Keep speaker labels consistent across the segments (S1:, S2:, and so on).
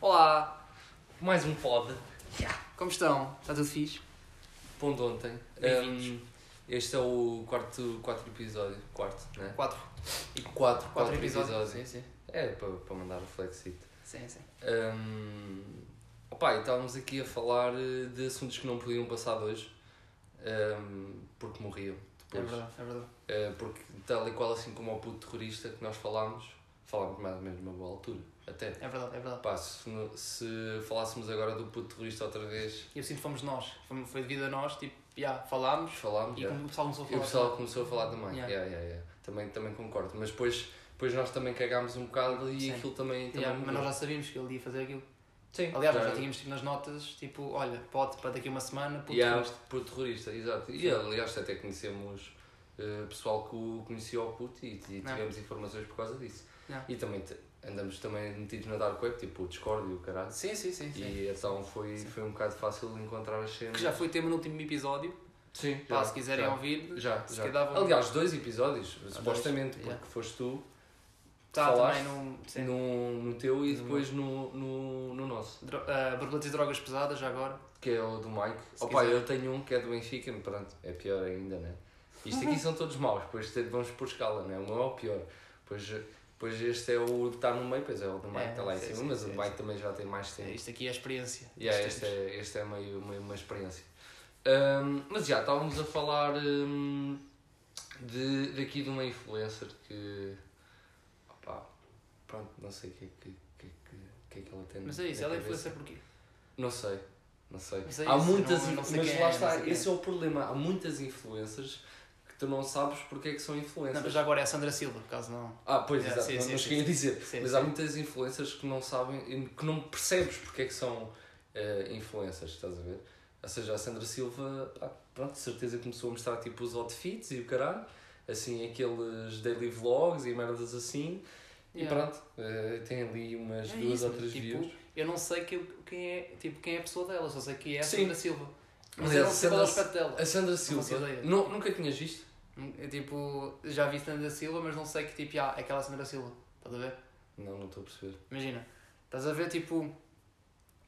S1: Olá, mais um pod,
S2: Como estão? Está tudo fixe?
S1: ponto de ontem.
S2: Bem-vindos.
S1: Um, este é o quarto, quarto episódio, quarto, né?
S2: Quatro.
S1: E
S2: Quatro,
S1: quatro, quatro
S2: episódios.
S1: episódios.
S2: Sim, sim.
S1: É, para, para mandar o flexit.
S2: Sim, É sim.
S1: Um, opá, e estávamos aqui a falar eh, de assuntos que não podiam passar de hoje, um, porque morriam
S2: É
S1: depois.
S2: verdade, é verdade.
S1: Eh, porque tal e qual assim como o puto terrorista que nós falámos, falámos mais ou menos numa boa altura, até.
S2: É verdade, é verdade.
S1: Pá, se, no- se falássemos agora do puto terrorista outra vez,
S2: Eu sinto que fomos nós. Fomos- Foi devido a nós, tipo, já, falámos
S1: falámos,
S2: e
S1: já.
S2: como o pessoal começou a
S1: E o
S2: falar.
S1: pessoal começou a falar também.
S2: Yeah.
S1: Yeah, yeah, yeah. Também, também concordo. Mas depois, depois nós também cagámos um bocado e
S2: Sim.
S1: aquilo também. também
S2: Yeah, mas
S1: mudou.
S2: nós já sabíamos que ele ia fazer aquilo.
S1: Sim.
S2: Aliás, nós já tínhamos tipo, nas notas, tipo, olha, pode para daqui a uma semana, puto,
S1: Yeah,
S2: isto.
S1: por terrorista, exato. E aliás, até conhecemos eh, pessoal que o conhecia ao puto e, e
S2: Não.
S1: tivemos informações por causa disso.
S2: Yeah.
S1: E também te- andamos também metidos na Dark Web, tipo o Discord e o caralho.
S2: Sim, sim, sim. sim.
S1: E então foi, foi um bocado fácil encontrar as cenas.
S2: Que já foi tema no último episódio.
S1: Sim,
S2: Pá,
S1: já,
S2: se quiserem
S1: já.
S2: ouvir,
S1: Já,
S2: se
S1: já.
S2: calhar um- vão-
S1: Aliás, dois episódios,
S2: dois,
S1: supostamente, porque
S2: yeah.
S1: foste tu
S2: está
S1: falaste
S2: tá também num. Sim.
S1: no, no teu e
S2: No
S1: depois no, no, no nosso,
S2: Dro ah, borboletas e drogas pesadas, já agora.
S1: que é o do Mike.
S2: Se
S1: Opa,
S2: quiser.
S1: eu tenho um que é do Benfica, mas pronto, é pior ainda, né? Isto aqui são todos maus, depois te- vamos por escala, né? O meu é o pior. Pois, pois este é o que está no meio, pois é o do Mike,
S2: É,
S1: está lá em
S2: sim,
S1: cima,
S2: sim,
S1: mas
S2: sim,
S1: o Mike também já tem mais tempo.
S2: Isto aqui é a experiência.
S1: Yeah,
S2: Isto
S1: este, é, este é meio, meio uma experiência. Ahm, mas já, estávamos a falar ahm, de, daqui de uma influencer que. opá, pronto, não sei o que, é que, que, que, que é que ela tem.
S2: Mas é isso,
S1: na
S2: ela é
S1: cabeça.
S2: influencer porquê?
S1: Não sei, não sei.
S2: Mas é
S1: Há
S2: isso,
S1: muitas.
S2: não-
S1: in-
S2: não sei
S1: mas
S2: quem
S1: lá
S2: é, não
S1: está,
S2: sei quem
S1: esse é o problema. Há muitas influencers que tu não sabes porque é que são
S2: Não,
S1: influencers.
S2: mas já agora é a Sandra Silva, caso não.
S1: Ah, pois,
S2: É,
S1: exato,
S2: sim,
S1: não,
S2: sim,
S1: não
S2: sim,
S1: cheguei a dizer.
S2: Sim,
S1: mas
S2: sim.
S1: há muitas influencers que não sabem, que não percebes porque é que são eh, influencers, estás a ver? Ou seja, a Sandra Silva, pá, pronto, de certeza começou a mostrar tipo os outfits e o caralho, assim, aqueles daily vlogs e merdas assim, e
S2: Yeah.
S1: pronto, eh, tem ali umas
S2: É
S1: duas
S2: isso,
S1: ou três
S2: tipo,
S1: views.
S2: Eu não sei que, quem, é, tipo, quem é a pessoa dela, só sei que é a
S1: Sim.
S2: Sandra Silva. Mas
S1: Mas
S2: eu
S1: a
S2: não sei qual é o
S1: Sandra-
S2: aspecto dela.
S1: A Sandra
S2: faço
S1: Silva,
S2: ideia.
S1: não, nunca tinhas visto?
S2: Eu, tipo, já vi Sandra Silva, mas não sei que tipo, ah, é aquela Sandra Silva. Estás a ver?
S1: Não, não estou a perceber.
S2: Imagina, estás a ver tipo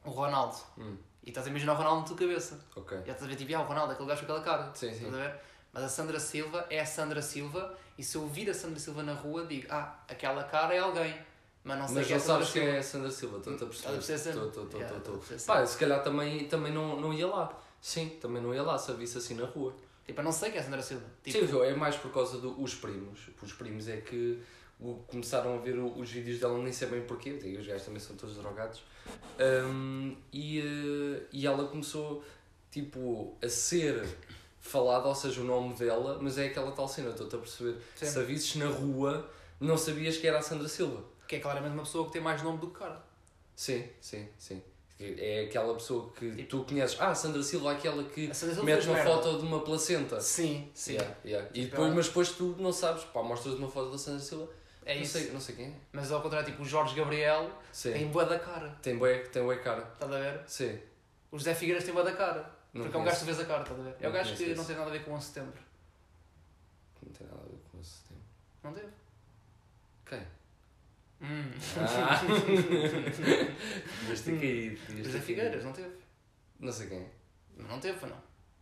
S2: o Ronaldo
S1: Hum,
S2: e estás a imaginar o Ronaldo na tua cabeça.
S1: ok.
S2: Já estás a ver tipo, ah, o Ronaldo, aquele gajo com aquela cara.
S1: Sim,
S2: Estás
S1: sim.
S2: a ver? Mas a Sandra Silva é a Sandra Silva e se eu vir a Sandra Silva na rua, digo, ah, aquela cara é alguém. Mas não sei
S1: Mas
S2: quem é
S1: não
S2: a Sandra
S1: sabes quem
S2: Silva. Hum,
S1: é a Sandra Silva, estou-te a
S2: Estás a
S1: perceber.
S2: perceber,
S1: Estou,
S2: Sandra?
S1: estou, estou,
S2: Yeah,
S1: estou,
S2: estás a
S1: estou.
S2: perceber,
S1: Pá, se calhar também, também não, não ia lá. Sim, também não ia lá se a visse assim na rua.
S2: Tipo, eu não sei quem é a Sandra Silva. Tipo,
S1: Sim, é mais por causa dos primos. Os primos é que o- começaram a ver o- os vídeos dela, nem sei bem porquê, e os gajos também são todos drogados. Ahm, e, eh, e ela começou, tipo, a ser falada, ou seja, o nome dela, mas é aquela tal cena, estou-te a perceber.
S2: Sim.
S1: Se a visses na rua, não sabias que era a Sandra Silva.
S2: que é claramente uma pessoa que tem mais nome do que cara.
S1: Sim, sim, sim. É aquela pessoa que
S2: Tipo-
S1: tu conheces. Ah, a Sandra Silva, é aquela que
S2: A Sandra Silva
S1: metes
S2: fez
S1: uma
S2: merda.
S1: foto de uma placenta.
S2: Sim, sim.
S1: Yeah, yeah. E
S2: Tipo,
S1: depois,
S2: ela-
S1: mas depois tu não sabes. Pá, mostras uma foto da Sandra Silva.
S2: É
S1: não,
S2: isso.
S1: Sei, não sei quem é.
S2: Mas ao contrário, tipo, o Jorge Gabriel
S1: Sim.
S2: tem boa da cara.
S1: Tem bué, tem bué cara.
S2: Estás a ver?
S1: Sim.
S2: O José Figueiras tem boa da cara.
S1: Não
S2: porque é um gajo que tu
S1: conheço.
S2: vês a cara, estás a ver? É
S1: Não
S2: o gajo que
S1: conheço
S2: não
S1: esse.
S2: tem nada a ver com 11 de setembro.
S1: Não tem nada a ver com esse tempo.
S2: Não teve?
S1: Quem?
S2: Hum.
S1: Ah! Devias ter caído.
S2: O
S1: devias
S2: José
S1: ter
S2: Figueiras
S1: caído.
S2: não teve.
S1: Não sei quem é.
S2: Não teve, foi não.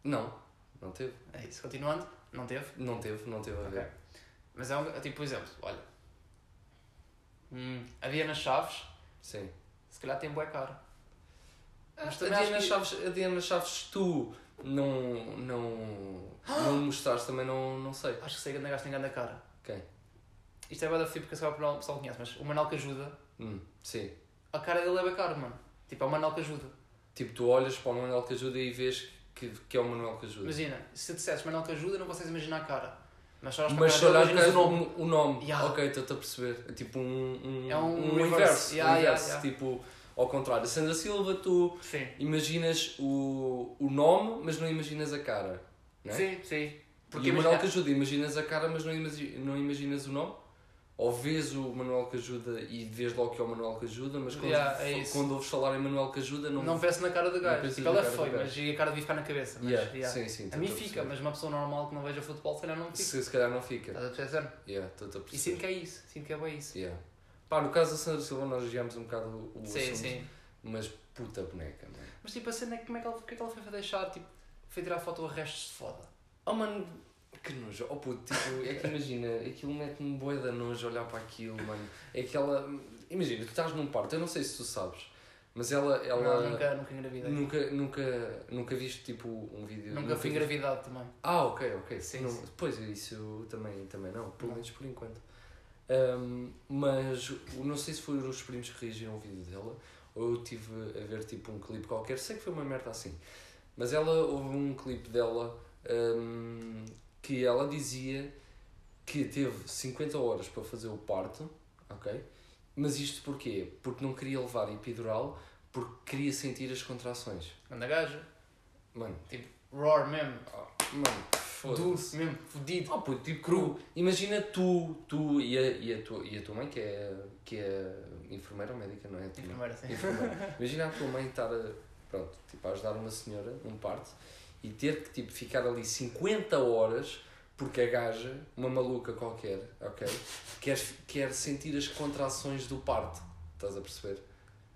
S1: Não, não teve.
S2: É isso. Continuando, não teve.
S1: Não teve, não teve a
S2: Ok.
S1: ver.
S2: Mas é um, tipo, por exemplo, olha. Hum, a Diana Chaves,
S1: Sim.
S2: se calhar tem boa cara. Mas
S1: a,
S2: também acho
S1: Diana
S2: que-
S1: Chaves, a Diana Chaves, tu não, não, não mostrares também, não, não sei.
S2: Acho que sei que o gajo tem grande cara.
S1: Quem?
S2: Isto é boa da fita porque se calhar o pessoal conhece, mas o Manel que ajuda,
S1: Hum, sim.
S2: a cara dele é bem cara, mano. Tipo, é o Manel que ajuda.
S1: Tipo, tu olhas para o Manuel que ajuda e vês que, que é o Manuel que ajuda.
S2: Imagina, se disseres Manuel que ajuda, não consegues imaginar a cara. Mas só olhas para
S1: Mas
S2: a
S1: se
S2: cara
S1: olhar é
S2: dele, imaginas
S1: o
S2: o nome.
S1: nome, o nome.
S2: Yeah.
S1: ok, estou-te a perceber. É tipo um, um,
S2: É um
S1: um
S2: reverse.
S1: inverso.
S2: Yeah,
S1: um inverso.
S2: yeah, yeah.
S1: Tipo, ao contrário, Sandra Silva, tu
S2: Sim.
S1: imaginas o, o nome, mas não imaginas a cara. Não é?
S2: Sim, sim.
S1: Porque
S2: Porque
S1: e o Manuel
S2: imagina...
S1: que ajuda, imaginas a cara, mas não, imagi- não imaginas o nome? ou vês o Manuel que ajuda e vês logo que é o Manuel que ajuda, mas quando,
S2: Yeah, é
S1: fa-
S2: isso.
S1: quando ouves falar em Manuel que ajuda, não.
S2: Não, penso na cara do gajo.
S1: penso
S2: Tipo,
S1: na
S2: ela
S1: cara do
S2: foi,
S1: gajo.
S2: mas e a cara devia ficar na cabeça. Mas,
S1: Yeah,
S2: yeah.
S1: sim, sim,
S2: A
S1: estou-te
S2: mim
S1: perceber.
S2: fica, mas uma pessoa normal que não veja futebol, se calhar não fica.
S1: Se, se calhar não fica.
S2: Estás a perceber?
S1: Yeah, estou-te a
S2: E
S1: perceber.
S2: sinto que é isso, sinto que é bem isso.
S1: Yeah. Pá, no caso da Sandra Silva, nós desviámos um bocado o o
S2: Sim,
S1: assunto,
S2: sim.
S1: mas puta boneca, mano.
S2: Mas tipo, a cena é que como é que ela, porque é que ela foi deixar, tipo, foi tirar foto a restos de foda.
S1: Oh, mano, que nojo. Oh, puto, tipo, é que imagina, aquilo mete-me boia da nojo olhar para aquilo, mano. É aquela. Imagina, tu estás num parto, eu não sei se tu sabes, mas ela. ela...
S2: Não, nunca, nunca engravidei. Nunca,
S1: Nunca, nunca, nunca viste tipo um vídeo.
S2: fui
S1: viste-
S2: engravidado também.
S1: Ah, ok, ok.
S2: Sim,
S1: não,
S2: sim.
S1: Pois isso também, também não, pelo
S2: Não.
S1: menos por enquanto. Ahm, mas o- não sei se foram os primos que reagiram ao vídeo dela ou eu tive a ver tipo um clipe qualquer, sei que foi uma merda assim. Mas ela houve um clipe dela ahm, que ela dizia que teve 50 horas para fazer o parto, ok? Mas isto porquê? Porque não queria levar epidural, porque queria sentir as contrações.
S2: Anda gajo,
S1: Mano,
S2: tipo, roar mesmo,
S1: mano, foda-se.
S2: duro mesmo, fodido.
S1: Oh, puto, tipo, cru. Imagina tu, tu e a, e a, tua, e a tua mãe, que é, que é enfermeira ou médica, não é? Tua mãe?
S2: Enfermeira, sim.
S1: Enfermeira. Imagina a tua mãe estar a, pronto, tipo, a ajudar uma senhora num parto e ter que tipo, ficar ali 50 horas porque a gaja, uma maluca qualquer, ok? Quer, quer sentir as contrações do parto. Estás a perceber?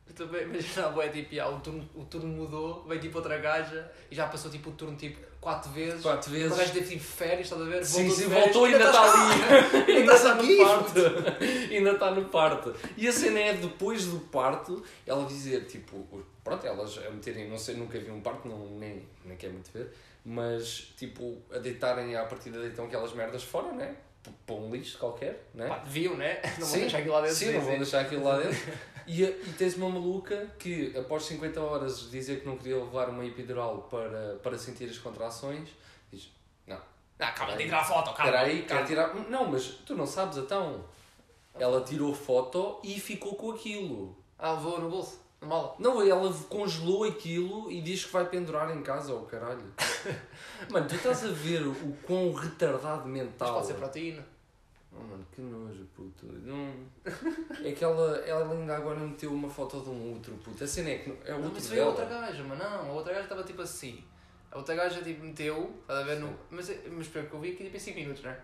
S2: Eu também imaginava, é tipo, ah, o, turno, o turno mudou, veio tipo outra gaja e já passou tipo o turno tipo quatro vezes.
S1: Quatro
S2: O
S1: vezes.
S2: gajo teve tipo férias, estás a ver?
S1: Sim,
S2: de
S1: sim,
S2: férias, tá
S1: voltou e ainda tá- está ali. ainda
S2: Ainda tá
S1: está
S2: no
S1: no parto. ainda está no parto. E a cena é depois do parto, ela dizer, tipo, o- pronto, elas a meterem, não sei, nunca vi um parto, não, nem, nem quero muito ver, mas tipo, a deitarem à partida deitam aquelas merdas fora, né? P- Para um lixo qualquer, né?
S2: Pá, deviam, né? Não vou
S1: Sim,
S2: deixar aquilo lá dentro.
S1: Sim, não vou
S2: sim.
S1: deixar aquilo lá dentro. E, a- e tens uma maluca que, após 50 horas de dizer que não queria levar uma epidural para, para sentir as contrações, diz: Não,
S2: Ah, calma, tem que tirar a foto, calma.
S1: Espera aí, quer
S2: calma.
S1: tirar. um- Não, mas tu não sabes então. Ela tirou foto e ficou com aquilo.
S2: Ah, levou no bolso, na mala.
S1: Não, ela congelou aquilo e diz que vai pendurar em casa, oh caralho. Mano, tu estás a ver o quão retardado
S2: Mas
S1: mental.
S2: pode ser proteína.
S1: Oh, mano, que nojo, puto. Não... É que ela, ela ainda agora meteu uma foto de um outro, puto. A cena é que não- é
S2: Não,
S1: outro
S2: mas isso foi a
S1: dela.
S2: outra gaja, mas não, a outra gaja estava tipo assim. A outra gaja tipo meteu, estás a ver? No... Mas, mas pelo que eu vi aqui tipo em 5 minutos, né?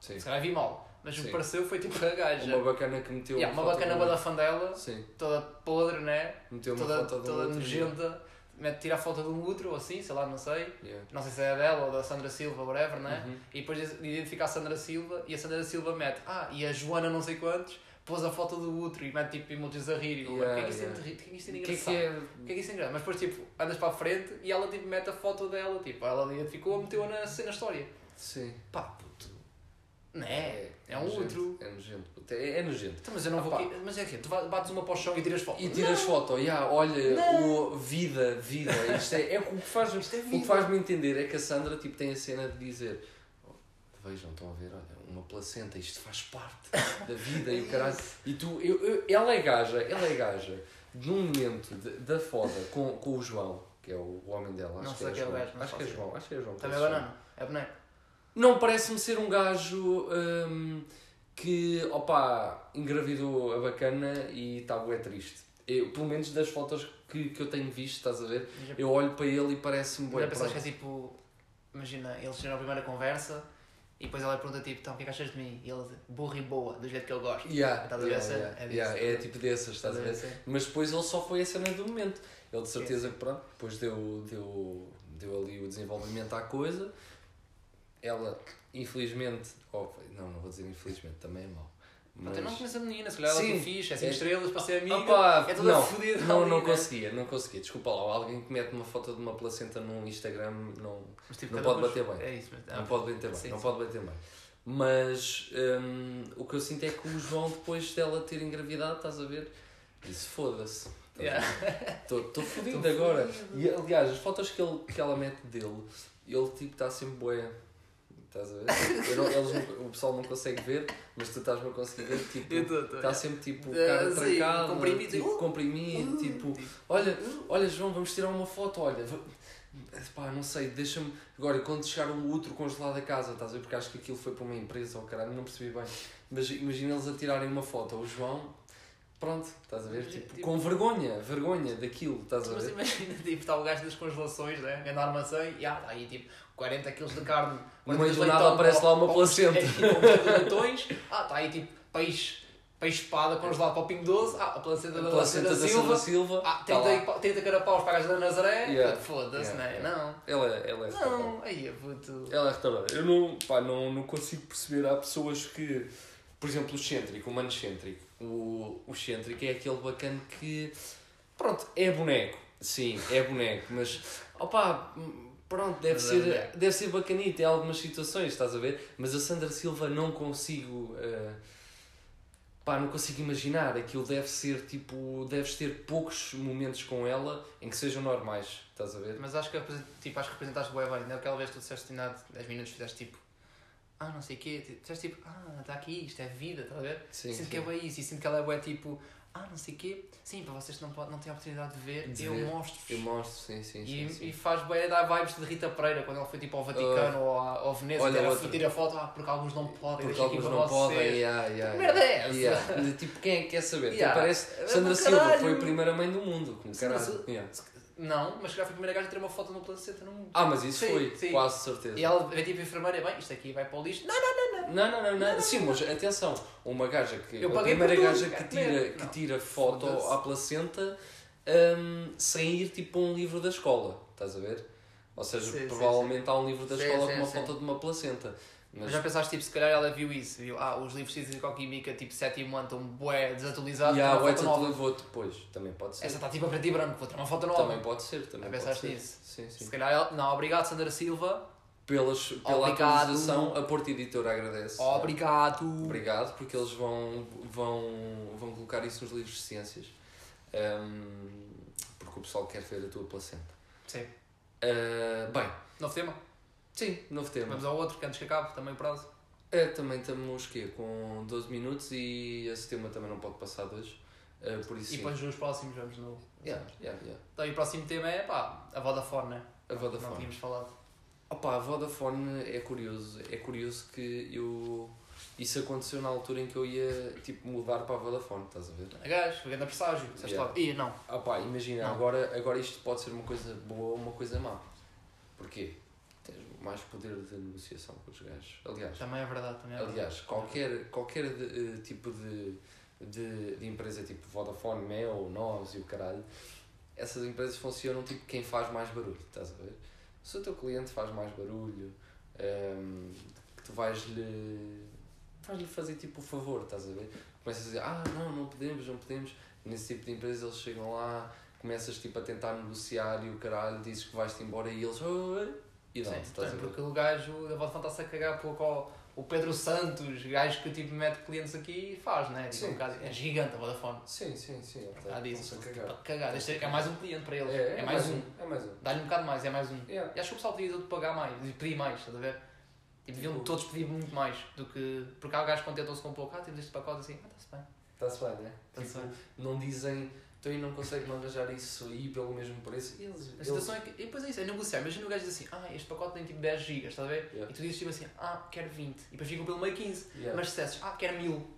S1: Sim.
S2: Se calhar vi mal. Mas o que
S1: Sim.
S2: pareceu foi tipo a gaja.
S1: Uma bacana que meteu
S2: Yeah, uma
S1: foto
S2: bacana
S1: de um-
S2: boa da fandela,
S1: Sim,
S2: toda podre, né?
S1: meteu uma
S2: toda
S1: foto de um
S2: toda
S1: outro.
S2: nojenta. Mete, tira a foto de um outro ou assim, sei lá, não sei.
S1: Yeah.
S2: Não sei se é a dela ou da Sandra Silva, whatever, né?
S1: Uhum.
S2: E depois identifica a Sandra Silva e a Sandra Silva mete, ah, e a Joana não sei quantos, pôs a foto do outro e mete tipo emojis a rir. E eu, "Mas
S1: Yeah,
S2: o que é que isso
S1: yeah.
S2: é de rir? O que é que isso é
S1: O
S2: de
S1: que é que
S2: engraçado?
S1: é
S2: O que é que isso é engraçado? Mas depois tipo, andas para a frente e ela tipo mete a foto dela, tipo, ela identificou, meteu-a na cena história.
S1: Sim.
S2: Pá, puto. Né? É um
S1: nojento,
S2: outro.
S1: É nojento. puto, É, é nojento.
S2: Então, mas eu não
S1: Ah,
S2: vou.
S1: pá.
S2: aqui- Mas é que tu va- bates uma para o chão e tiras foto.
S1: E tiras foto, yeah, olha,
S2: Não.
S1: o, vida, vida. Isto é, é o que faz
S2: Isto é
S1: O que
S2: vida.
S1: faz-me entender é que a Sandra tipo, tem a cena de dizer "Oh, Vejam, estão a ver, olha, uma placenta, isto faz parte da vida
S2: É
S1: e o caralho. E tu, eu, eu- ela é gaja, ela é gaja, num momento de- da foda com, com o João, que é o, o homem dela, acho
S2: Não
S1: que
S2: sei
S1: é
S2: quem é o
S1: João.
S2: gajo, mas
S1: Acho que é
S2: faço
S1: João, acho que é João.
S2: Também é
S1: parece João.
S2: banana. É boneco.
S1: Não, parece-me ser um gajo hum, que, opa, engravidou a bacana e está bué triste. Eu, pelo menos das fotos que, que eu tenho visto, estás a ver?
S2: Já-
S1: Eu olho para ele e parece-me bué
S2: Já pensaste que é
S1: pronto.
S2: tipo. Imagina, eles tiveram a primeira conversa e depois ela pergunta tipo, então o que é que achas de mim? E ele diz, burra e boa, do jeito que ele gosta.
S1: Yeah,
S2: Estás a ver
S1: yeah,
S2: essa?
S1: yeah,
S2: É disso.
S1: yeah, é tipo dessas, estás a ver?
S2: assim?
S1: Mas depois ele só foi a cena do momento. Ele de certeza que pronto, depois deu, deu, deu ali o desenvolvimento à coisa. Ela, infelizmente, oh, não, não vou dizer infelizmente, também é mau.
S2: Mas... Eu não conheço a menina, se calhar ela
S1: Sim.
S2: tem fixe, é 5
S1: É-
S2: estrelas para ser amiga.
S1: Opa,
S2: é toda
S1: não,
S2: fodida.
S1: Não,
S2: ali,
S1: não
S2: né?
S1: conseguia, não conseguia. Desculpa lá, alguém que mete uma foto de uma placenta no Instagram não,
S2: Mas, tipo,
S1: Não
S2: cada
S1: pode
S2: coisa-
S1: bater bem.
S2: É isso, mas.
S1: não pode bater bem.
S2: Sim,
S1: não
S2: sim.
S1: pode bater bem. Mas hum, o que eu sinto é que o João, depois dela ter engravidado, estás a ver? Isso foda-se.
S2: Yeah.
S1: Estou
S2: Tô
S1: fodido
S2: fodido.
S1: agora. E aliás, as fotos que, ele, que ela mete dele, ele tipo está sempre boé. Estás a ver? Eu não- eles não- o pessoal não consegue ver, mas tu estás-me a conseguir ver. Tipo,
S2: Eu tô, tô,
S1: Está
S2: é.
S1: sempre tipo
S2: Eh,
S1: cara
S2: sim,
S1: trancada,
S2: comprimido,
S1: tipo
S2: uh,
S1: comprimido, tipo olha, olha João, vamos tirar uma foto, olha, v- Pá, não sei, deixa-me. Agora, quando chegar o outro congelado a casa, estás a ver? Porque acho que aquilo foi para uma empresa ou caralho, não percebi bem. Mas imagina eles a tirarem uma foto ao João, pronto, estás a ver?
S2: Mas,
S1: Tipo,
S2: tipo-
S1: com vergonha, vergonha daquilo, estás a
S2: Mas
S1: ver?
S2: imagina, tipo, está o gajo das congelações, né? Ganhando armazém, e ah, tá aí tipo 40 kg de carne.
S1: No
S2: 40 kg
S1: meio do
S2: de
S1: nada
S2: leitão,
S1: aparece lá uma
S2: pau-
S1: placenta.
S2: É, tipo, um bocado de leitões, ah, tá aí tipo peixe, peixe espada congelado para o Pingo 12, ah, a placenta da
S1: A placenta
S2: da Silva,
S1: Silva.
S2: ah, 30,
S1: tá lá.
S2: pa- 30 carapaus para a gaja da Nazaré,
S1: Yeah.
S2: puto, foda-se,
S1: Yeah,
S2: né?
S1: yeah.
S2: Não,
S1: Ela, ela é saudável.
S2: não, aí é puto.
S1: Ela é retardada. Eu não, pá, não, não consigo perceber. Há pessoas que, por exemplo, o excêntrico, o mano excêntrico. O, o excêntrico é aquele bacana que, pronto, é boneco. Sim, é boneco, mas, opá, hum, pronto, deve,
S2: Mas é
S1: ser,
S2: boneco.
S1: deve ser bacanito em algumas situações, estás a ver? Mas a Sandra Silva não consigo. eh, Pá, não consigo imaginar, aquilo deve ser tipo. Deves ter poucos momentos com ela em que sejam normais, estás a ver?
S2: Mas acho que, represent- tipo, acho que representaste bem bem, naquela vez que tu disseste nada, 10 minutos fizeste tipo, ah, não sei o quê, ti- disseste tipo, ah, está aqui, isto é vida, estás a ver?
S1: Sim,
S2: sinto
S1: sim.
S2: que é bem isso, e sinto que ela é bué tipo, ah, não sei o quê, sim, para vocês que não, po- não têm a oportunidade de ver,
S1: De
S2: eu
S1: ver.
S2: mostro
S1: Eu mostro, sim, sim, sim.
S2: e,
S1: sim. Ah,
S2: e faz bem dar vibes de Rita Pereira quando ela foi tipo ao Vaticano ou à- ao Veneza
S1: Olha,
S2: tirar-
S1: outra.
S2: e tira foto, ah, porque alguns não podem,
S1: Porque
S2: deixa aqui
S1: alguns
S2: para
S1: não
S2: vocês.
S1: podem, yeah, yeah,
S2: Que merda é
S1: yeah.
S2: essa?
S1: Yeah. De, Tipo, quem é que quer saber?
S2: Yeah.
S1: Tipo, parece
S2: É do
S1: Sandra Silva
S2: caralho.
S1: foi a primeira mãe do mundo, como
S2: Sandra
S1: caralho.
S2: Silva-
S1: Yeah.
S2: Não, mas já foi a primeira gaja a tirar uma foto no placenta no mundo.
S1: Ah, mas isso
S2: Sim,
S1: foi,
S2: sim.
S1: quase certeza.
S2: E ela veio tipo a enfermeira, bem, isto aqui vai para o lixo. Não, não, não, não.
S1: Não, não, não, não. Sim, mas atenção, uma gaja que.
S2: Eu
S1: a
S2: paguei por
S1: primeira
S2: tudo,
S1: gaja que
S2: cara,
S1: tira,
S2: merda.
S1: que
S2: Não.
S1: tira foto
S2: Foda-se.
S1: à placenta hum, sem ir tipo a um livro da escola, estás a ver? Ou seja,
S2: Sim, sim,
S1: provavelmente há um livro da
S2: Sim,
S1: escola
S2: sim,
S1: com uma
S2: sim.
S1: foto de uma placenta.
S2: Mas
S1: Mas
S2: já pensaste, tipo, se calhar ela viu isso, viu? Ah, os livros de físico-química, tipo, sétimo ano, estão bué desatualizados,
S1: e a
S2: uma foto
S1: White
S2: nova.
S1: levou depois, também pode ser.
S2: Essa está tipo a preto e branco, vou ter uma foto nova.
S1: Também pode ser, também
S2: Já
S1: pode
S2: pensaste
S1: ser.
S2: nisso?
S1: Sim, sim.
S2: Se calhar, ela- não, obrigado Sandra Silva,
S1: pelas, pela
S2: Obrigado.
S1: atualização, a Porta Editora agradece.
S2: obrigado.
S1: Obrigado, porque eles vão, vão, vão colocar isso nos livros de ciências. Ahm, porque o pessoal quer ver a tua placenta.
S2: Sim,
S1: Ah, bem,
S2: novo tema,
S1: sim, novo tema.
S2: vamos ao outro, que antes que acabe, também o prazo.
S1: É, também estamos quê? com 12 minutos e esse tema também não pode passar de hoje. Ah, por isso,
S2: E
S1: sim.
S2: depois nos próximos vamos de novo.
S1: Yeah, yeah, yeah.
S2: Então, e o próximo tema é, pá, a Vodafone, né?
S1: A
S2: Não
S1: Vodafone.
S2: tínhamos falado.
S1: Opa, a Vodafone é curioso. É curioso que eu. Isso aconteceu na altura em que eu ia tipo, mudar para a Vodafone, estás a ver?
S2: A gajo, foi grande presságio, disseste
S1: Yeah.
S2: logo. Ih, não.
S1: Ah pá, imagina,
S2: Não.
S1: agora, agora isto pode ser uma coisa boa ou uma coisa má. Porquê? Tens mais poder de negociação com os gajos. Aliás,
S2: Também é verdade, também é verdade.
S1: aliás qualquer, qualquer de- eh, tipo de, de, de empresa, tipo Vodafone, Mel, Nós e o caralho, essas empresas funcionam tipo quem faz mais barulho, estás a ver? Se o teu cliente faz mais barulho, ehm, que tu vais-lhe vais-lhe fazer tipo o favor, estás a ver? Começas a dizer, ah não, não podemos, não podemos. Nesse tipo de empresa eles chegam lá, começas tipo a tentar negociar e o caralho dizes que vais-te embora e eles, "Oi", e não,
S2: Sim,
S1: estás a
S2: sim,
S1: ver?
S2: porque o gajo da Vodafone está-se a cagar pouco ao, o Pedro Santos, gajo que tipo mete clientes aqui e faz, né? Tipo,
S1: Sim.
S2: um bocado- é gigante a Vodafone.
S1: Sim, sim, sim. ele tá-
S2: Ah, diz,
S1: tá-se a
S2: Para
S1: cagar.
S2: cagar, deixa, é mais um cliente para eles.
S1: É,
S2: É, mais, um.
S1: É mais um.
S2: Dá-lhe um bocado mais, é mais um.
S1: Yeah.
S2: E acho que o pessoal podia de pagar mais, de pedir mais, estás a ver? Tipo, deviam
S1: Tipo-
S2: todos pedir muito mais do que. Porque há gajos que contentam-se com pouco, ah, temos este pacote assim, ah, está-se bem.
S1: Está-se bem, né?
S2: Tá-se
S1: Tipo,
S2: bem.
S1: não dizem, então aí não conseguem arranjar isso aí pelo mesmo preço. E eles,
S2: A
S1: eles-
S2: situação é que. E depois é isso, é negociar. Imagina o gajo diz assim, ah, este pacote tem tipo 10 GB, estás a ver?
S1: Yeah.
S2: E tu dizes tipo assim, ah, quero 20. E depois ficam pelo meio 15.
S1: Yeah.
S2: Mas se dissesses, ah, quero mil,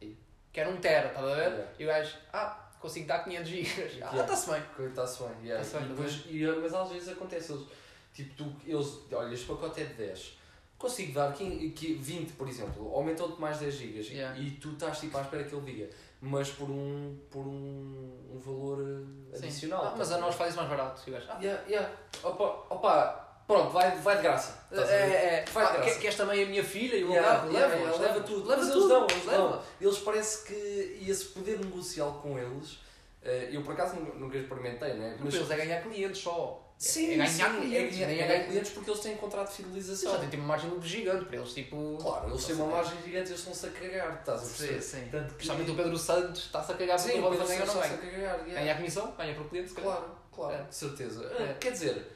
S1: E?
S2: quero um tera, estás a ver?
S1: Yeah.
S2: E o gajo, ah, consigo dar 500 gigas, ah,
S1: Yeah.
S2: está-se bem.
S1: Está-se bem, tá yeah.
S2: Tá-se bem,
S1: E depois- e- ah, mas às vezes acontece, eles, tipo, tu, eles, olha, este pacote é de 10, consigo dar quin- que- 20, por exemplo, aumentou-te mais 10 gigas e-
S2: Yeah.
S1: e tu estás tipo à espera que ele diga, mas por um, por um, um valor eh,
S2: Sim.
S1: adicional.
S2: Ah, mas a
S1: estás
S2: nós faz isso mais barato, e o gajo, ah,
S1: ver? Yeah, yeah. Opa, opa, pronto, vai, vai de graça.
S2: é,
S1: estás a ver?
S2: é, é,
S1: Tá Faz
S2: ah,
S1: graça.
S2: que- queres também a minha filha e o
S1: Yeah,
S2: meu gato?
S1: yeah,
S2: leva,
S1: yeah, leva tudo,
S2: leva
S1: Mas
S2: tudo,
S1: eles dão, eles
S2: leva.
S1: dão. Eles parece que esse poder negocial com eles, eh, eu por acaso nunca- nunca experimentei, né?
S2: Mas eles é ganhar clientes só. É-
S1: Sim,
S2: é ganhar
S1: sim,
S2: clientes,
S1: é,
S2: nem
S1: ganhar-
S2: é
S1: é
S2: ganhar
S1: ganhar clientes porque eles têm contrato de
S2: Eles
S1: fidelização.
S2: já têm tipo, uma margem de lucro gigante para eles, tipo.
S1: Claro, eles têm
S2: Sim,
S1: uma margem gigante, eles estão-se a cagar, estás a
S2: Sim,
S1: perceber?
S2: sim.
S1: Tanto que-
S2: Principalmente o Pedro Santos está-se a cagar
S1: Sim,
S2: porque o Vodafone ganha
S1: eles
S2: ou não
S1: estão-se a
S2: ganha.
S1: cagar, yeah.
S2: Ganha a comissão, ganha por cliente, se calhar.
S1: Claro, claro,
S2: É.
S1: de certeza.
S2: É.
S1: Ah, Quer dizer,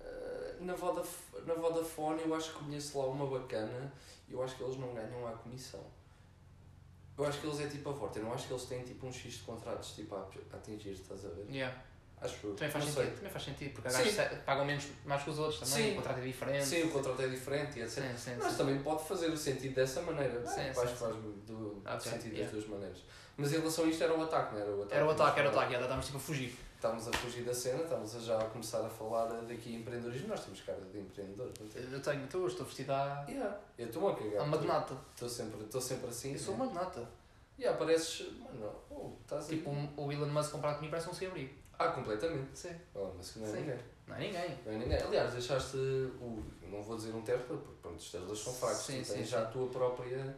S1: ah, na, Vodaf na Vodafone eu acho que conheço lá uma bacana e eu acho que eles não ganham à comissão. Eu acho que eles é tipo a Vorta, eu não acho que eles têm tipo um X de contratos tipo, a a atingir, estás a ver?
S2: Yeah.
S1: Acho eu.
S2: Também faz
S1: Não sei.
S2: sentido, também faz sentido, porque há
S1: Sim.
S2: gajos que pagam menos mais que os outros também,
S1: Sim.
S2: o contrato é diferente.
S1: Sim, o contrato é diferente e etc.
S2: sim, sim.
S1: Mas
S2: sim.
S1: também pode fazer o sentido dessa maneira.
S2: Sim,
S1: Acho
S2: sim,
S1: que faz
S2: sim. Ah,
S1: faz do,
S2: Ok,
S1: sentido das
S2: yeah.
S1: duas maneiras. Mas em relação a isto era o ataque, não era o ataque?
S2: Era o ataque, era o ataque, já estávamos tipo a fugir.
S1: Estávamos a fugir da cena, estávamos a já começar a falar daqui em empreendedorismo. Nós temos cara de empreendedor, não temos?
S2: Eu tenho, estou, estou vestido à,
S1: Yeah. Eu estou a
S2: à
S1: cagar. tipo,
S2: magnata.
S1: Estou sempre, estou sempre assim.
S2: Eu sou
S1: né?
S2: uma magnata.
S1: Yeah, pareces. Mano, oh, estás
S2: Tipo,
S1: aí.
S2: um- o Elon Musk comprar comigo parece um sem abrigo.
S1: Ah, completamente.
S2: Sim.
S1: Oh, mas que não é
S2: Sim.
S1: ninguém.
S2: Não é ninguém.
S1: Não é ninguém. Aliás, deixaste o. Não vou dizer um Tesla, porque pronto, os Teslas são fracos.
S2: Sim,
S1: tu
S2: sim,
S1: tens
S2: sim.
S1: já a tua própria.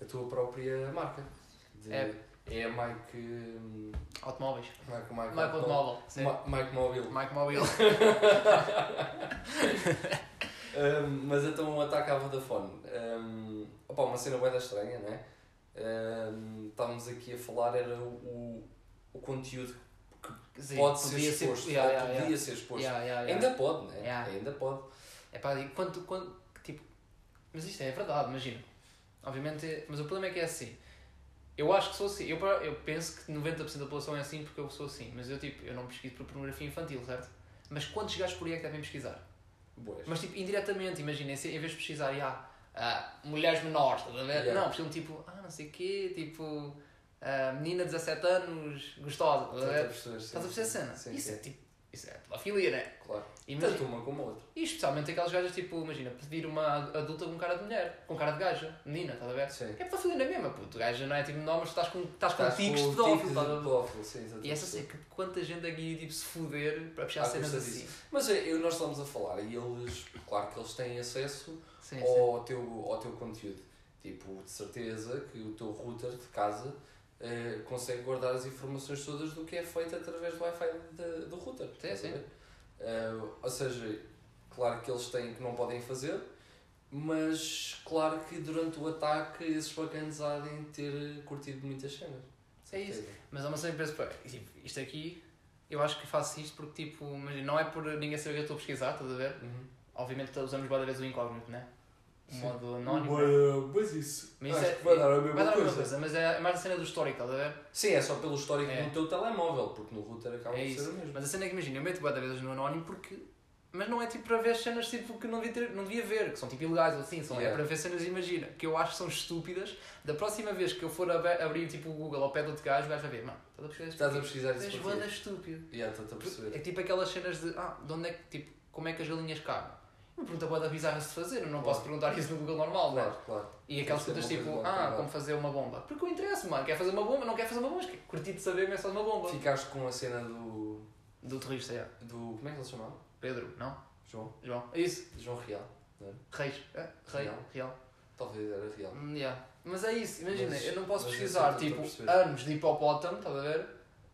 S1: a tua própria marca. De-
S2: É.
S1: É a Mike. hum, é
S2: Automóveis.
S1: Mike, Mike,
S2: Mike Automóvel. Sim.
S1: Ma- Mike Mobile.
S2: Mike Mobile.
S1: Hum, mas então o ataque à Vodafone. Um, opa, uma cena bué da estranha, não é? Hum, estávamos aqui a falar, era o, o conteúdo
S2: Sim,
S1: pode ser
S2: podia
S1: exposto.
S2: Yeah,
S1: ou
S2: yeah,
S1: podia
S2: yeah.
S1: ser exposto.
S2: Yeah, yeah, yeah.
S1: Ainda pode, né?
S2: Yeah.
S1: Ainda pode.
S2: É pá, digo, quanto, quanto, tipo, mas isto é verdade, imagina. Obviamente, mas o problema é que é assim. Eu acho que sou assim, eu, pa- eu penso que 90% da população é assim porque eu sou assim, mas eu tipo, eu não pesquiso por pornografia infantil, certo? Mas quantos gajos por aí é que devem pesquisar?
S1: Boas.
S2: Mas tipo, indiretamente, imaginem, se em vez de pesquisar, ah, ah, mulheres menores, estás a ver?
S1: Yeah.
S2: Não, pesquisam tipo, ah, não sei o quê, tipo, ah, menina de 17 anos, gostosa, estás a
S1: Estás a
S2: ver?
S1: perceber, sim,
S2: eh, Estás a perceber a
S1: sim.
S2: cena?
S1: Sim,
S2: isso
S1: sim, Então,
S2: é tipo, isso é pedofilia, né?
S1: claro.
S2: Imagina-
S1: Tanto uma como a outra.
S2: e especialmente aquelas gajas, tipo, imagina, pedir uma adulta com cara de mulher, com cara de gaja, menina, estás a ver?
S1: Sim.
S2: É pedofilia na mesma, puto, gaja não é tipo, não, mas estás com, estás com
S1: Estás
S2: tiques de
S1: com
S2: pedófilo,
S1: tiques de
S2: estás a ver?
S1: pedófilo, sim, exatamente.
S2: E essa assim, que quanta gente aqui, tipo, se foder para puxar
S1: Ah,
S2: cenas
S1: custa
S2: assim.
S1: Mas é, eu, nós estamos a falar e eles, claro que eles têm acesso
S2: Sim, sim.
S1: ao teu, ao teu conteúdo. Tipo, de certeza que o teu router de casa eh, consegue guardar as informações todas do que é feito através do Wi-Fi da- do router. estás a
S2: sim.
S1: ver? Eh, ou seja, claro que eles têm que não podem fazer, mas claro que durante o ataque esses bacanas há de ter curtido muitas cenas.
S2: É isso.
S1: Certeza.
S2: Mas há uma cena que penso, pá, e, tipo, isto aqui, eu acho que faço isto porque, tipo, imagina, não é por ninguém saber que eu estou a pesquisar, estás a ver?
S1: Uhum.
S2: Obviamente usamos várias vezes o incógnito, né? O
S1: Sim.
S2: modo anónimo. né?
S1: Ué, Mas isso,
S2: Mas
S1: acho
S2: isso é-
S1: que vai dar a mesma
S2: Vai dar a mesma
S1: coisa.
S2: coisa, mas é mais a cena do histórico, estás a ver?
S1: Sim, é só pelo histórico
S2: É.
S1: do teu telemóvel, porque no router acaba
S2: É
S1: por ser
S2: isso.
S1: o mesmo.
S2: Mas a cena é que imagina, eu meto bué de vezes no anónimo porque. Mas não é tipo para ver cenas tipo, que não devia, ter- não devia ver, que são tipo ilegais ou assim, são
S1: Yeah.
S2: é para ver cenas, imagina, que eu acho que são estúpidas. Da próxima vez que eu for abe- abrir tipo o Google ao pé do outro gajo, o gajo vai ver, mano, estás a pesquisar isto?
S1: Estás a pesquisar
S2: És
S1: isso por
S2: bué
S1: ti.
S2: de estúpido.
S1: Yeah, estou a perceber.
S2: É tipo aquelas cenas de, ah, de onde é que, tipo, como é que as galinhas cagam? Uma pergunta boa da bizarra de se fazer, eu não
S1: Claro.
S2: posso perguntar isso no Google normal, né?
S1: Claro, claro.
S2: E aquelas
S1: Tem que
S2: perguntas
S1: ser uma
S2: tipo,
S1: coisa boa,
S2: ah,
S1: claro.
S2: como fazer uma bomba? Porque eu interesso, mano, quer fazer uma bomba, não quer fazer uma bomba, mas curti de saber, mas é só de uma bomba.
S1: Ficaste com a cena do.
S2: Do terrorista, é.
S1: do. como é que ele se chamava?
S2: Pedro, não?
S1: João.
S2: João. É isso.
S1: João Real.
S2: Reis. É? Rei.
S1: Real.
S2: Real.
S1: Talvez era Real.
S2: Hum, yeah. Mas é isso, imagina,
S1: Mas-
S2: eu não posso
S1: mas é
S2: pesquisar,
S1: eu sei,
S2: tipo,
S1: estou a perceber.
S2: anos de hipopótamo, estás a ver?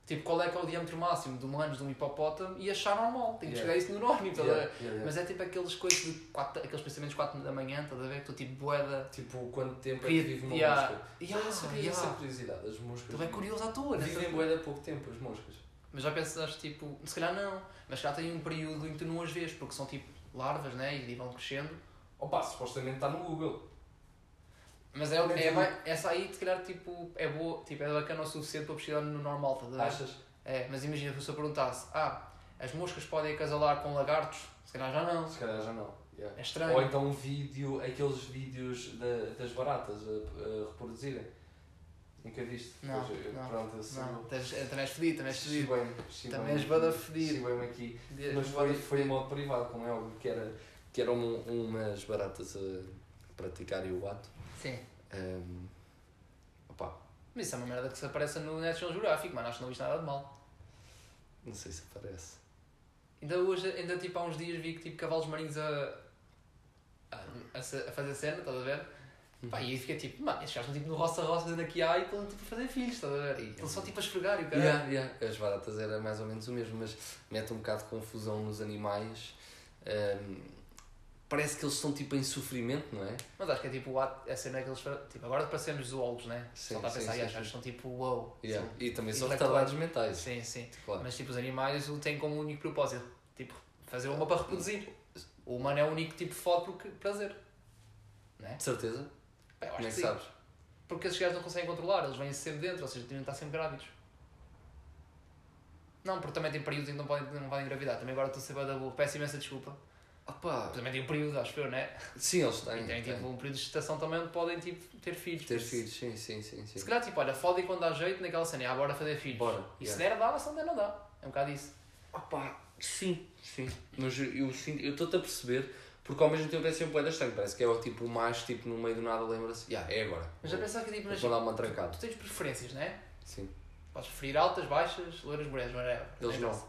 S2: Tipo, qual é que é o diâmetro máximo de um ano de um hipopótamo e achar normal. Tem que
S1: Yeah.
S2: chegar a isso no anónimo, estás a ver?
S1: Yeah, yeah, yeah.
S2: Mas é tipo aqueles coisas de quatro, aqueles pensamentos 4 da manhã, estás a ver? Que tu tipo boeda.
S1: Tipo, quanto tempo é que
S2: Queria-
S1: vive uma
S2: Yeah.
S1: mosca?
S2: Yeah,
S1: Isso é essa
S2: yeah.
S1: curiosidade, as moscas.
S2: Tu é curioso à toa, né?
S1: Vivem bué há pouco tempo, as moscas.
S2: Mas já pensaste tipo, se calhar não, mas se calhar tem um período em que tu não as vês, porque são tipo larvas, né? E vão crescendo.
S1: Opa, supostamente está no Google.
S2: Mas é, é, vai- essa aí, se calhar, tipo, é boa, tipo, é bacana o suficiente para pesquisar no normal, estás a ver?
S1: Achas?
S2: É, mas imagina que se eu perguntasse, ah, as moscas podem acasalar com lagartos? Se calhar já não.
S1: Se calhar já não. Yeah.
S2: É estranho.
S1: Ou então um vídeo, aqueles vídeos da- das baratas a, a reproduzirem. Nunca viste?
S2: Não,
S1: Pois, eu-
S2: não,
S1: Pronto, assim.
S2: Não, tens- é, também és fedido, também és fedido. Também
S1: Também
S2: és bué da fedido.
S1: bem aqui. Mas foi, foi em modo privado, como é óbvio, que, era, que eram um- umas baratas a praticarem o ato.
S2: Sim.
S1: Ahm, opá,
S2: Mas isso é uma merda que se aparece no National Geographic, mano, acho que não viste nada de mal.
S1: não sei se aparece.
S2: Ainda hoje, ainda tipo há uns dias vi que tipo cavalos marinhos a, a, a se- a fazer cena, estás a ver?
S1: Uhum.
S2: Pá, e aí fica tipo, mano, estes gajos estão tipo no roça-roça dando aqui ai e estão tipo a fazer filhos, estás a ver?
S1: Ih,
S2: Estão só tipo a esfregar e o cara.
S1: Yeah, yeah, As baratas era mais ou menos o mesmo, mas mete um bocado de confusão nos animais. Ahm, parece que eles estão tipo em sofrimento, não é?
S2: Mas acho que é tipo o ato- a cena que eles fa- Tipo, agora parecemos zoólogos, né?
S1: Sim,
S2: Só está a
S1: sim,
S2: pensar,
S1: sim,
S2: e as
S1: sim.
S2: gajos são tipo, wow.
S1: Yeah. E também são
S2: Intelectual.
S1: retardados mentais,
S2: é Sim, sim.
S1: claro.
S2: Mas tipo, os animais o têm como único propósito. Tipo, fazer uma para reproduzir. O humano é o único tipo foda porque prazer.
S1: De certeza?
S2: Bem, eu acho
S1: Como é
S2: que
S1: que
S2: sim.
S1: sabes?
S2: Porque esses gajos não conseguem controlar, eles vêm sempre dentro, ou seja, deviam estar sempre grávidos. Não, porque também tem períodos em que não podem, não podem engravidar. Também agora estou a ser bué da burro. Peço imensa desculpa.
S1: Opá,
S2: Também tem um período, acho eu, né?
S1: sim, eles têm.
S2: E tem
S1: têm.
S2: tipo um período de gestação também onde podem tipo, ter filhos.
S1: Ter filhos, sim, sim, sim. sim.
S2: Se calhar, tipo, olha, fode quando dá jeito naquela cena, é ah, bora fazer filhos.
S1: Bora,
S2: E
S1: yeah.
S2: se der, dá, mas se não der, não dá. É um bocado isso.
S1: Opá, sim, sim. Mas eu- eu sinto, eu estou-te a perceber, porque ao mesmo tempo é sempre boeda estranho. Parece que é o tipo o mais, tipo, no meio do nada, lembra-se, "Ya, é agora.
S2: Mas já pensava que, tipo,
S1: Mas
S2: mas
S1: vou dar uma
S2: tu
S1: trancada.
S2: tens preferências, não é?
S1: Sim.
S2: Podes preferir altas, baixas, loiras, morenas, whatever.
S1: Eles não.
S2: interessa.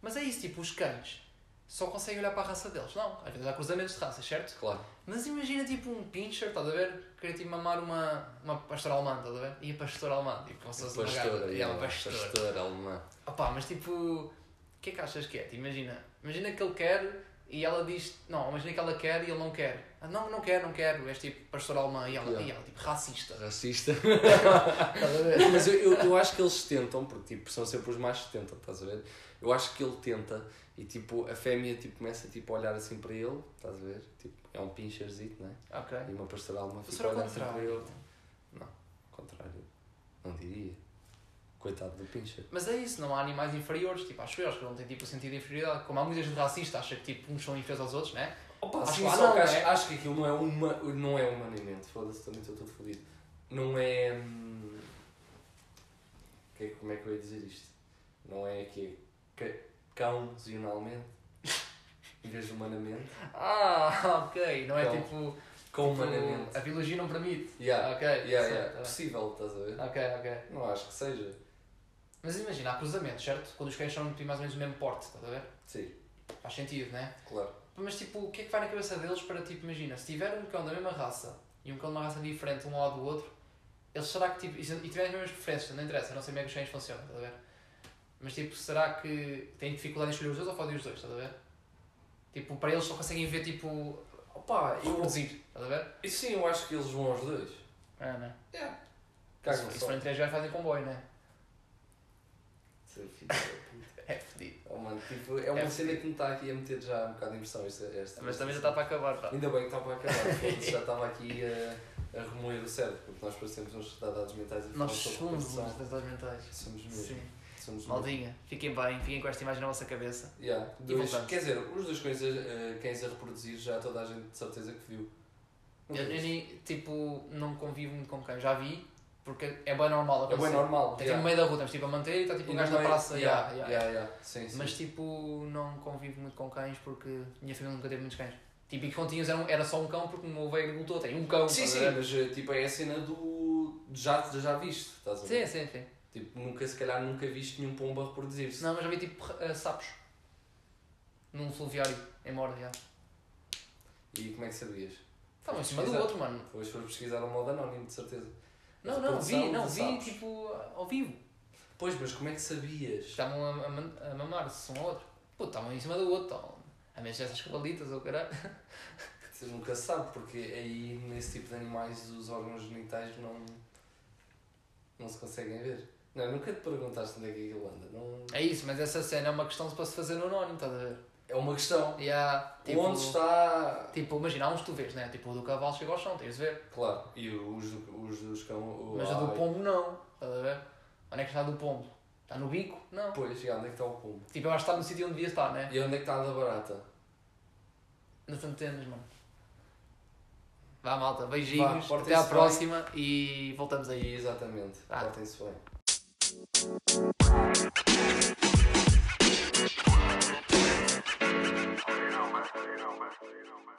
S2: Mas é isso, tipo, os cães só conseguem olhar para a raça deles. Não, às vezes há cruzamentos de raças, certo?
S1: Claro.
S2: Mas imagina, tipo, um pincher, estás a ver? Queria, tipo, mamar uma, uma pastora alemã, estás a ver? E a pastora alemã, tipo, como se fosse uma gata.
S1: Pastora,
S2: E é uma
S1: ya,
S2: pastora.
S1: pastora alemã.
S2: Opa, mas tipo, o que é que achas que é? Tipo, Imagina, imagina que ele quer e ela diz, não, imagina que ela quer e ele não quer. Ah, não, não quero, não quero. És tipo pastor alemã e ela,
S1: Yeah.
S2: e ela tipo racista.
S1: Racista.
S2: Estás a ver?
S1: Não, mas eu, eu, eu acho que eles tentam, porque tipo, são sempre os mais que tentam, estás a ver? Eu acho que ele tenta e tipo, a fêmea tipo, começa tipo, a olhar assim para ele, estás a ver? Tipo, é um pincherzito, não é?
S2: Ok.
S1: E uma pastoral uma
S2: Pastor
S1: fica a
S2: ao
S1: olhar assim para ele.
S2: contrário.
S1: Ao contrário, não diria. Coitado do pincher.
S2: Mas é isso, não há animais inferiores, tipo, acho eu, acho que não tem tipo sentido de inferioridade. Como há muita gente racista, acha que tipo, uns são inferiores aos outros, né?
S1: Opa,
S2: Acho
S1: acho,
S2: lá
S1: só
S2: não,
S1: que acho,
S2: né?
S1: acho que aquilo não é, uma, não é humanamente. Foda-se, também estou todo fodido. Não é. hum, que- como é que eu ia dizer isto? Não é que é causionalmente em vez de humanamente.
S2: Ah, ok, não é
S1: Então,
S2: tipo, tipo,
S1: Com-humanamente.
S2: a biologia não permite.
S1: Yeah.
S2: Ok,
S1: Yeah,
S2: certo,
S1: yeah.
S2: tá bem.
S1: Possível, estás a ver?
S2: Ok, ok.
S1: Não acho que seja.
S2: Mas imagina, há cruzamentos, certo? Quando os cães são tipo, mais ou menos do mesmo porte, estás a ver?
S1: Sim,
S2: Faz sentido, né?
S1: claro.
S2: Mas tipo, o que é que vai na cabeça deles para tipo, imagina, se tiver um cão da mesma raça e um cão de uma raça diferente um lado do outro, eles será que tipo, e se- e tiverem as mesmas preferências, não interessa, eu não sei como é que os cães funcionam, estás a ver? Mas tipo, será que têm dificuldade em escolher os dois ou fodem os dois, estás a ver? Tipo, para eles só conseguem ver tipo,
S1: Opa,
S2: reproduzir, estás a ver?
S1: E sim, eu acho que eles vão aos dois.
S2: É, né?
S1: Cagam
S2: Se
S1: só.
S2: forem três gajos fazem comboio, né?
S1: Seu filho da puta.
S2: É fodido.
S1: Oh, mano, tipo, é uma
S2: É
S1: cena que me está aqui a meter já um bocado de impressão. Esta, esta,
S2: Mas também já tá
S1: esta-
S2: está para acabar, pá.
S1: Ainda bem que estava a acabar, foda-se, já estava aqui a, a remoer o cérebro, porque nós parecemos uns retardados mentais a falar
S2: Nós
S1: sobre
S2: somos os
S1: conversão.
S2: transtornos mentais.
S1: Somos mesmo.
S2: Sim.
S1: Somos mesmo.
S2: Maldinha, fiquem bem, fiquem com esta imagem na vossa cabeça.
S1: Yeah, dois,
S2: voltamos.
S1: quer dizer, os dois coisas, eh, cães a reproduzir, já toda a gente de certeza que viu. É Não
S2: Eu, eu
S1: viste?
S2: nem, tipo, não convivo muito com cães. Já vi, porque é bem normal
S1: é bem normal.
S2: É tipo
S1: yeah.
S2: no meio da rua, estamos tipo a manter e está tipo
S1: E
S2: um
S1: no
S2: gajo na
S1: meio-
S2: praça.
S1: yeah,
S2: yeah, yeah.
S1: yeah, yeah. Sim, sim.
S2: Mas tipo, não convivo muito com cães porque minha família nunca teve muitos cães. Tipo, e que continhas era, um- era só um cão porque o meu avô é agricultor, tem um cão.
S1: sim,
S2: estás a
S1: sim,
S2: ver?
S1: mas eh, tipo, é a cena do. Já, já viste, estás a ver?
S2: Sim, sim, sim.
S1: Tipo, nunca, se calhar, nunca viste nenhum pombo a reproduzir-se.
S2: Não, mas já vi tipo eh, sapos. Num fluviário, em Morde, já.
S1: E como é que sabias?
S2: Estavam em cima do
S1: Exato.
S2: outro, mano.
S1: Depois foste pesquisar ao modo anónimo, de certeza.
S2: Não, não, vi, não, vi, tipo, ao vivo.
S1: Pois, mas como é que sabias?
S2: Estavam a, a man- a mamar-se um ao outro. Pô, estavam em cima do outro, estavam a mexer essas cavalitas ou caralho.
S1: Você nunca sabe, porque aí nesse tipo de animais os órgãos genitais não. não se conseguem ver. Não, nunca te perguntaste onde é que aquilo anda. Não...
S2: É isso, mas essa cena é uma questão para se fazer no anónimo, estás a ver?
S1: É uma questão.
S2: E há, tipo,
S1: Onde está.
S2: Tipo, imagina, há uns que tu vês, né? Tipo, o do cavalo chega ao chão, tens de ver.
S1: Claro, e os, os dos cão. o-
S2: Mas o do
S1: ai,
S2: pombo não, estás a ver? Onde é que está a do pombo? Está no bico? Não.
S1: Pois, e onde é que está o pombo?
S2: Tipo, eu acho que está no sítio onde devia estar, né?
S1: E onde é que está a da barata?
S2: Nas antenas, mano. Vá, malta, beijinhos,
S1: portem-se
S2: até à
S1: bem.
S2: próxima e voltamos aí.
S1: E exatamente,
S2: Ah.
S1: portem-se bem.
S3: You know, man. You know, man. You know, man.